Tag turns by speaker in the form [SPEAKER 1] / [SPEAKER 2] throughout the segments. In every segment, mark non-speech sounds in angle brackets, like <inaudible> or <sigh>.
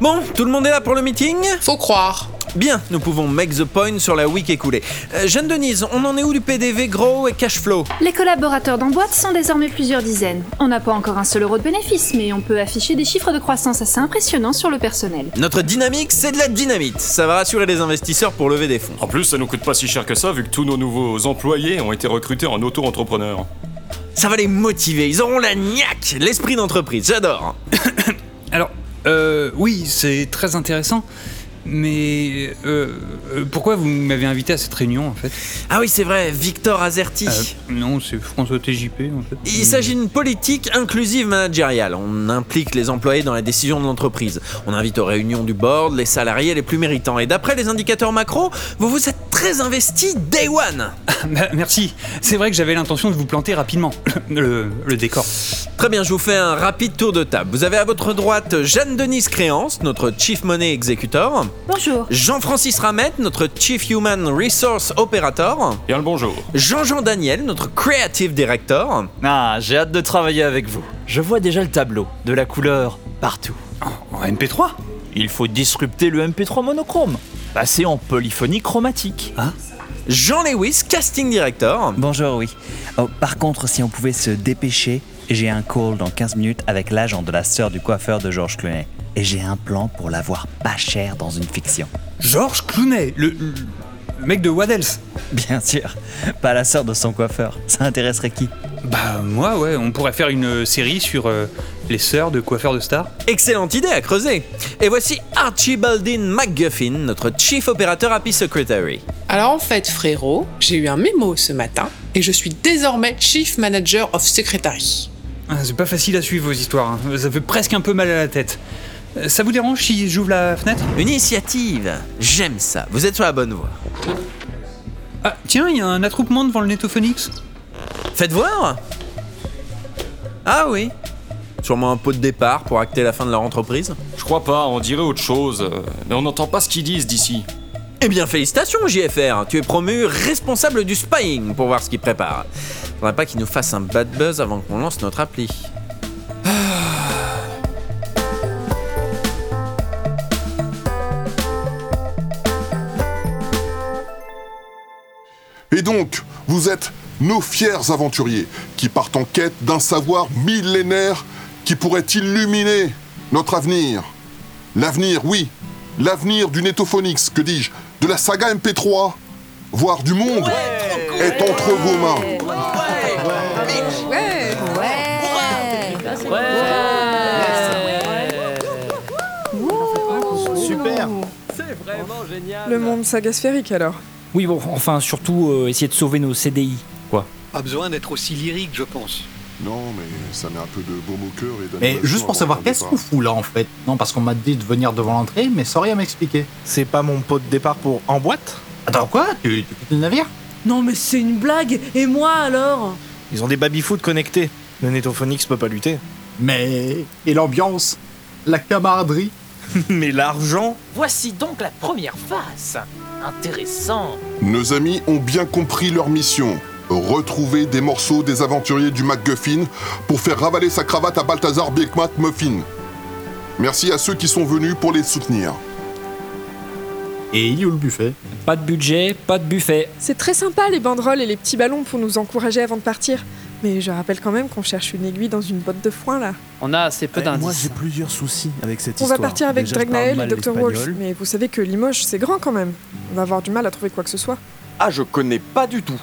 [SPEAKER 1] Bon, tout le monde est là pour le meeting
[SPEAKER 2] Faut croire.
[SPEAKER 1] Bien, nous pouvons make the point sur la week écoulée. Euh, Jeanne Denise, on en est où du PDV Grow et Cash Flow
[SPEAKER 3] Les collaborateurs dans boîte sont désormais plusieurs dizaines. On n'a pas encore un seul euro de bénéfice, mais on peut afficher des chiffres de croissance assez impressionnants sur le personnel.
[SPEAKER 1] Notre dynamique, c'est de la dynamite. Ça va rassurer les investisseurs pour lever des fonds.
[SPEAKER 4] En plus, ça nous coûte pas si cher que ça, vu que tous nos nouveaux employés ont été recrutés en auto-entrepreneur.
[SPEAKER 1] Ça va les motiver, ils auront la niaque, l'esprit d'entreprise, j'adore.
[SPEAKER 5] Alors, euh, oui, c'est très intéressant. Mais euh, euh, pourquoi vous m'avez invité à cette réunion en fait
[SPEAKER 1] Ah oui, c'est vrai, Victor Azerti.
[SPEAKER 5] Euh, Non, c'est François TJP en fait.
[SPEAKER 1] Il s'agit d'une politique inclusive managériale. On implique les employés dans la décision de l'entreprise. On invite aux réunions du board les salariés les plus méritants. Et d'après les indicateurs macro, vous vous êtes très investi day one.
[SPEAKER 5] <laughs> Bah, merci. C'est vrai que j'avais l'intention de vous planter rapidement <laughs> le, le décor.
[SPEAKER 1] Très bien, je vous fais un rapide tour de table. Vous avez à votre droite Jeanne-Denise Créance, notre Chief Money Executor.
[SPEAKER 3] Bonjour.
[SPEAKER 1] Jean-Francis Ramet, notre Chief Human Resource Operator.
[SPEAKER 4] Bien le bonjour.
[SPEAKER 1] Jean-Jean Daniel, notre Creative Director.
[SPEAKER 6] Ah, j'ai hâte de travailler avec vous. Je vois déjà le tableau, de la couleur partout.
[SPEAKER 5] En MP3
[SPEAKER 6] Il faut disrupter le MP3 monochrome, passer en polyphonie chromatique.
[SPEAKER 1] Jean-Lewis, Casting Director.
[SPEAKER 7] Ah, Bonjour, oui. Oh, par contre, si on pouvait se dépêcher, j'ai un call dans 15 minutes avec l'agent de la sœur du coiffeur de Georges Clooney. Et j'ai un plan pour l'avoir pas cher dans une fiction.
[SPEAKER 5] Georges Clooney, le, le mec de What Else
[SPEAKER 7] Bien sûr, pas la sœur de son coiffeur. Ça intéresserait qui
[SPEAKER 5] Bah moi ouais, on pourrait faire une euh, série sur euh, les sœurs de coiffeurs de stars.
[SPEAKER 1] Excellente idée à creuser. Et voici Archibaldine McGuffin, notre Chief Operator Happy Secretary.
[SPEAKER 2] Alors en fait, frérot, j'ai eu un mémo ce matin et je suis désormais Chief Manager of Secretary.
[SPEAKER 5] Ah, c'est pas facile à suivre vos histoires, hein. ça fait presque un peu mal à la tête. Euh, Ça vous dérange si j'ouvre la fenêtre
[SPEAKER 1] Une initiative. J'aime ça. Vous êtes sur la bonne voie.
[SPEAKER 5] Ah tiens, il y a un attroupement devant le Netophonix.
[SPEAKER 1] Faites voir. Ah oui. Sûrement un pot de départ pour acter la fin de leur entreprise.
[SPEAKER 4] Je crois pas, on dirait autre chose. euh, Mais on n'entend pas ce qu'ils disent d'ici.
[SPEAKER 1] Eh bien, félicitations, JFR. Tu es promu responsable du spying pour voir ce qu'ils préparent. Faudrait pas qu'ils nous fassent un bad buzz avant qu'on lance notre appli.
[SPEAKER 8] Et donc, vous êtes nos fiers aventuriers qui partent en quête d'un savoir millénaire qui pourrait illuminer notre avenir. L'avenir, oui, l'avenir du Netophonix, que dis-je, de la saga MP3, voire du monde, est entre vos mains.
[SPEAKER 9] Super
[SPEAKER 10] Le monde saga sphérique alors.
[SPEAKER 6] Oui, bon, enfin, surtout euh, essayer de sauver nos CDI.
[SPEAKER 9] Pas besoin d'être aussi lyrique, je pense.
[SPEAKER 8] Non, mais ça met un peu de baume au cœur et
[SPEAKER 11] Mais
[SPEAKER 8] d'animation
[SPEAKER 11] juste pour
[SPEAKER 8] avant
[SPEAKER 11] savoir,
[SPEAKER 8] le
[SPEAKER 11] qu'est-ce
[SPEAKER 8] départ.
[SPEAKER 11] qu'on fout là en fait Non, parce qu'on m'a dit de venir devant l'entrée, mais sans rien m'expliquer.
[SPEAKER 9] C'est pas mon pot de départ pour en boîte
[SPEAKER 11] Attends, quoi Tu, tu quittes le navire
[SPEAKER 12] Non mais c'est une blague Et moi alors
[SPEAKER 9] Ils ont des baby-foot connectés. Le Netophonix peut pas lutter.
[SPEAKER 11] Mais. Et l'ambiance La camaraderie
[SPEAKER 9] <laughs> Mais l'argent
[SPEAKER 13] Voici donc la première phase. Intéressant.
[SPEAKER 8] Nos amis ont bien compris leur mission. Retrouver des morceaux des aventuriers du MacGuffin pour faire ravaler sa cravate à Balthazar Biekmat Muffin. Merci à ceux qui sont venus pour les soutenir.
[SPEAKER 11] Et il est où le buffet
[SPEAKER 6] Pas de budget, pas de buffet.
[SPEAKER 10] C'est très sympa les banderoles et les petits ballons pour nous encourager avant de partir. Mais je rappelle quand même qu'on cherche une aiguille dans une botte de foin là.
[SPEAKER 13] On a assez peu
[SPEAKER 9] Eh, Moi,
[SPEAKER 13] d'indices.
[SPEAKER 9] j'ai plusieurs soucis avec cette
[SPEAKER 10] On
[SPEAKER 9] histoire.
[SPEAKER 10] va partir avec
[SPEAKER 9] Déjà, je parle
[SPEAKER 10] Dragnael et
[SPEAKER 9] mal
[SPEAKER 10] Dr. Wolf,
[SPEAKER 9] l'espagnol.
[SPEAKER 10] mais vous savez que Limoges c'est grand quand même. On va avoir du mal à trouver quoi que ce soit.
[SPEAKER 14] Ah, je connais pas du tout.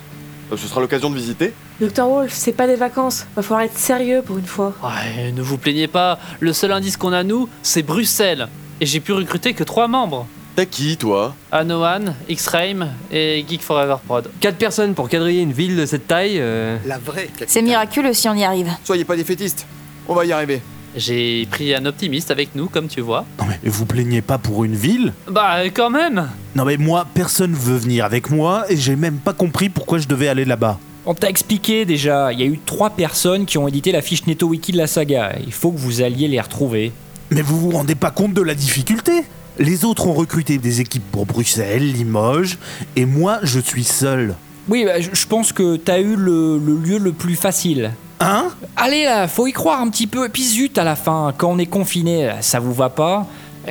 [SPEAKER 14] Euh, Ce sera l'occasion de visiter.
[SPEAKER 12] Dr Wolf, c'est pas des vacances, va falloir être sérieux pour une fois.
[SPEAKER 13] Ouais, ne vous plaignez pas. Le seul indice qu'on a, nous, c'est Bruxelles. Et j'ai pu recruter que trois membres.
[SPEAKER 14] T'as qui, toi
[SPEAKER 13] Anoan, X-Rame et Geek Forever Prod.
[SPEAKER 6] 4 personnes pour quadriller une ville de cette taille. euh.
[SPEAKER 9] La vraie capitale.
[SPEAKER 15] C'est miraculeux si on y arrive.
[SPEAKER 14] Soyez pas défaitistes. On va y arriver.
[SPEAKER 13] J'ai pris un optimiste avec nous, comme tu vois.
[SPEAKER 9] Non, mais vous plaignez pas pour une ville
[SPEAKER 13] Bah, quand même
[SPEAKER 9] Non, mais moi, personne veut venir avec moi et j'ai même pas compris pourquoi je devais aller là-bas.
[SPEAKER 6] On t'a expliqué déjà, il y a eu trois personnes qui ont édité la fiche Neto Wiki de la saga. Il faut que vous alliez les retrouver.
[SPEAKER 9] Mais vous vous rendez pas compte de la difficulté Les autres ont recruté des équipes pour Bruxelles, Limoges, et moi, je suis seul.
[SPEAKER 6] Oui, bah, je je pense que t'as eu le, le lieu le plus facile.
[SPEAKER 9] Hein
[SPEAKER 6] Allez là, faut y croire un petit peu. Et puis zut, à la fin, quand on est confiné, ça vous va pas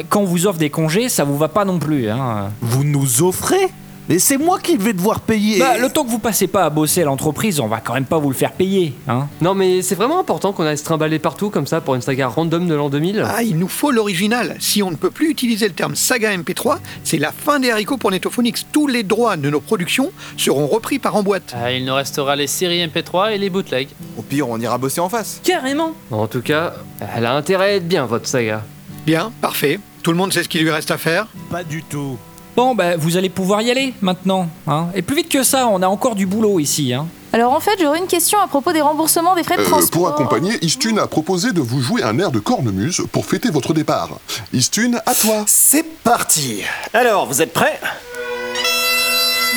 [SPEAKER 6] quand on vous offre des congés, ça vous va pas non plus. Hein.
[SPEAKER 9] Vous nous offrez Mais c'est moi qui vais devoir payer.
[SPEAKER 6] Bah, le temps que vous passez pas à bosser à l'entreprise, on va quand même pas vous le faire payer. Hein.
[SPEAKER 13] Non, mais c'est vraiment important qu'on aille se trimballer partout comme ça pour une saga random de l'an 2000.
[SPEAKER 15] Ah, il nous faut l'original. Si on ne peut plus utiliser le terme saga MP3, c'est la fin des haricots pour Netophonix. Tous les droits de nos productions seront repris par en boîte.
[SPEAKER 13] Ah, il nous restera les séries MP3 et les bootlegs.
[SPEAKER 14] Au pire, on ira bosser en face.
[SPEAKER 12] Carrément.
[SPEAKER 13] En tout cas, elle a intérêt à être bien, votre saga.
[SPEAKER 15] Bien, parfait. Tout le monde sait ce qu'il lui reste à faire
[SPEAKER 9] Pas du tout.
[SPEAKER 6] Bon, bah, vous allez pouvoir y aller maintenant. hein. Et plus vite que ça, on a encore du boulot ici. hein.
[SPEAKER 16] Alors en fait, j'aurais une question à propos des remboursements des frais de
[SPEAKER 8] Euh,
[SPEAKER 16] transport.
[SPEAKER 8] pour accompagner, Istune a proposé de vous jouer un air de cornemuse pour fêter votre départ. Istune, à toi.
[SPEAKER 17] C'est parti. Alors, vous êtes prêts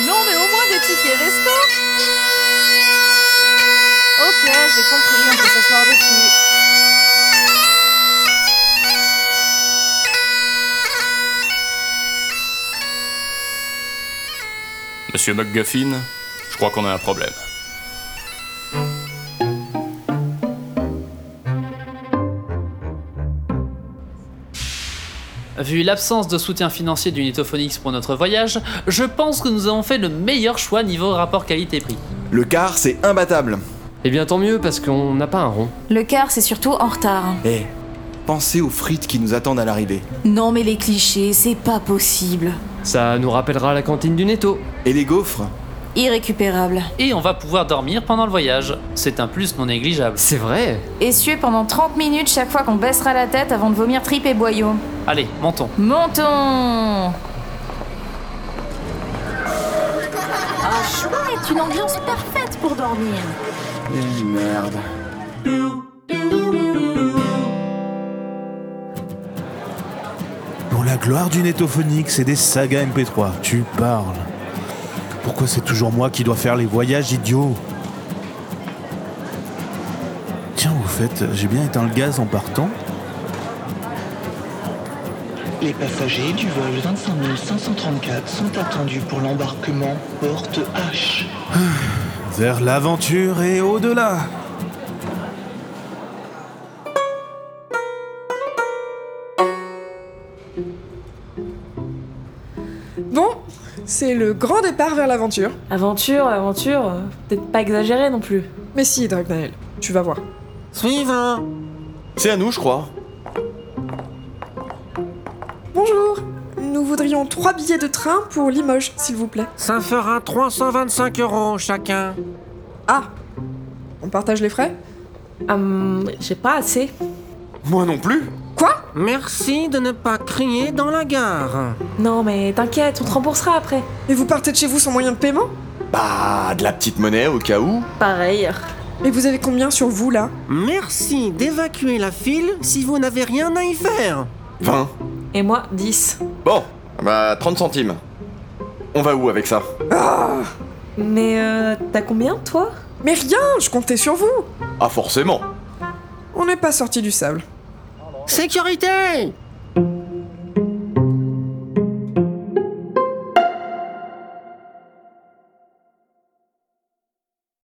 [SPEAKER 12] Non, mais au moins des tickets resto Ok, j'ai compris, on peut s'asseoir dessus.
[SPEAKER 4] Monsieur McGuffin, je crois qu'on a un problème.
[SPEAKER 13] Vu l'absence de soutien financier du Netophonix pour notre voyage, je pense que nous avons fait le meilleur choix niveau rapport qualité-prix.
[SPEAKER 14] Le car, c'est imbattable.
[SPEAKER 13] Eh bien, tant mieux parce qu'on n'a pas un rond.
[SPEAKER 16] Le car, c'est surtout en retard.
[SPEAKER 14] Eh, pensez aux frites qui nous attendent à l'arrivée.
[SPEAKER 16] Non mais les clichés, c'est pas possible.
[SPEAKER 13] Ça nous rappellera la cantine du Netto.
[SPEAKER 14] Et les gaufres
[SPEAKER 16] Irrécupérable.
[SPEAKER 13] Et on va pouvoir dormir pendant le voyage. C'est un plus non négligeable. C'est vrai
[SPEAKER 16] Essuyer pendant 30 minutes chaque fois qu'on baissera la tête avant de vomir tripes et boyaux.
[SPEAKER 13] Allez, montons.
[SPEAKER 16] Montons Ah chouette, une ambiance parfaite pour dormir.
[SPEAKER 17] Eh merde.
[SPEAKER 9] Pour la gloire du Netophonix et des sagas MP3, tu parles. Pourquoi c'est toujours moi qui dois faire les voyages idiots Tiens, au fait, j'ai bien éteint le gaz en partant.
[SPEAKER 18] Les passagers du vol 25534 sont attendus pour l'embarquement porte H.
[SPEAKER 9] Vers l'aventure et au-delà.
[SPEAKER 10] Bon, c'est le grand départ vers l'aventure.
[SPEAKER 12] Aventure, aventure, euh, peut-être pas exagéré non plus.
[SPEAKER 10] Mais si, Dragnel, tu vas voir.
[SPEAKER 14] Suivant C'est à nous, je crois.
[SPEAKER 10] Bonjour, nous voudrions trois billets de train pour Limoges, s'il vous plaît.
[SPEAKER 19] Ça fera 325 euros chacun.
[SPEAKER 10] Ah, on partage les frais
[SPEAKER 12] Hum, j'ai pas assez.
[SPEAKER 14] Moi non plus
[SPEAKER 10] Quoi
[SPEAKER 19] Merci de ne pas crier dans la gare.
[SPEAKER 12] Non, mais t'inquiète, on te remboursera après.
[SPEAKER 10] Et vous partez de chez vous sans moyen de paiement
[SPEAKER 14] Bah, de la petite monnaie au cas où.
[SPEAKER 12] Pareil.
[SPEAKER 10] Et vous avez combien sur vous là
[SPEAKER 19] Merci d'évacuer la file si vous n'avez rien à y faire.
[SPEAKER 14] 20.
[SPEAKER 12] Et moi, 10.
[SPEAKER 14] Bon, bah 30 centimes. On va où avec ça
[SPEAKER 12] Mais euh, t'as combien toi
[SPEAKER 10] Mais rien, je comptais sur vous
[SPEAKER 14] Ah forcément
[SPEAKER 10] On n'est pas sorti du sable.
[SPEAKER 19] Sécurité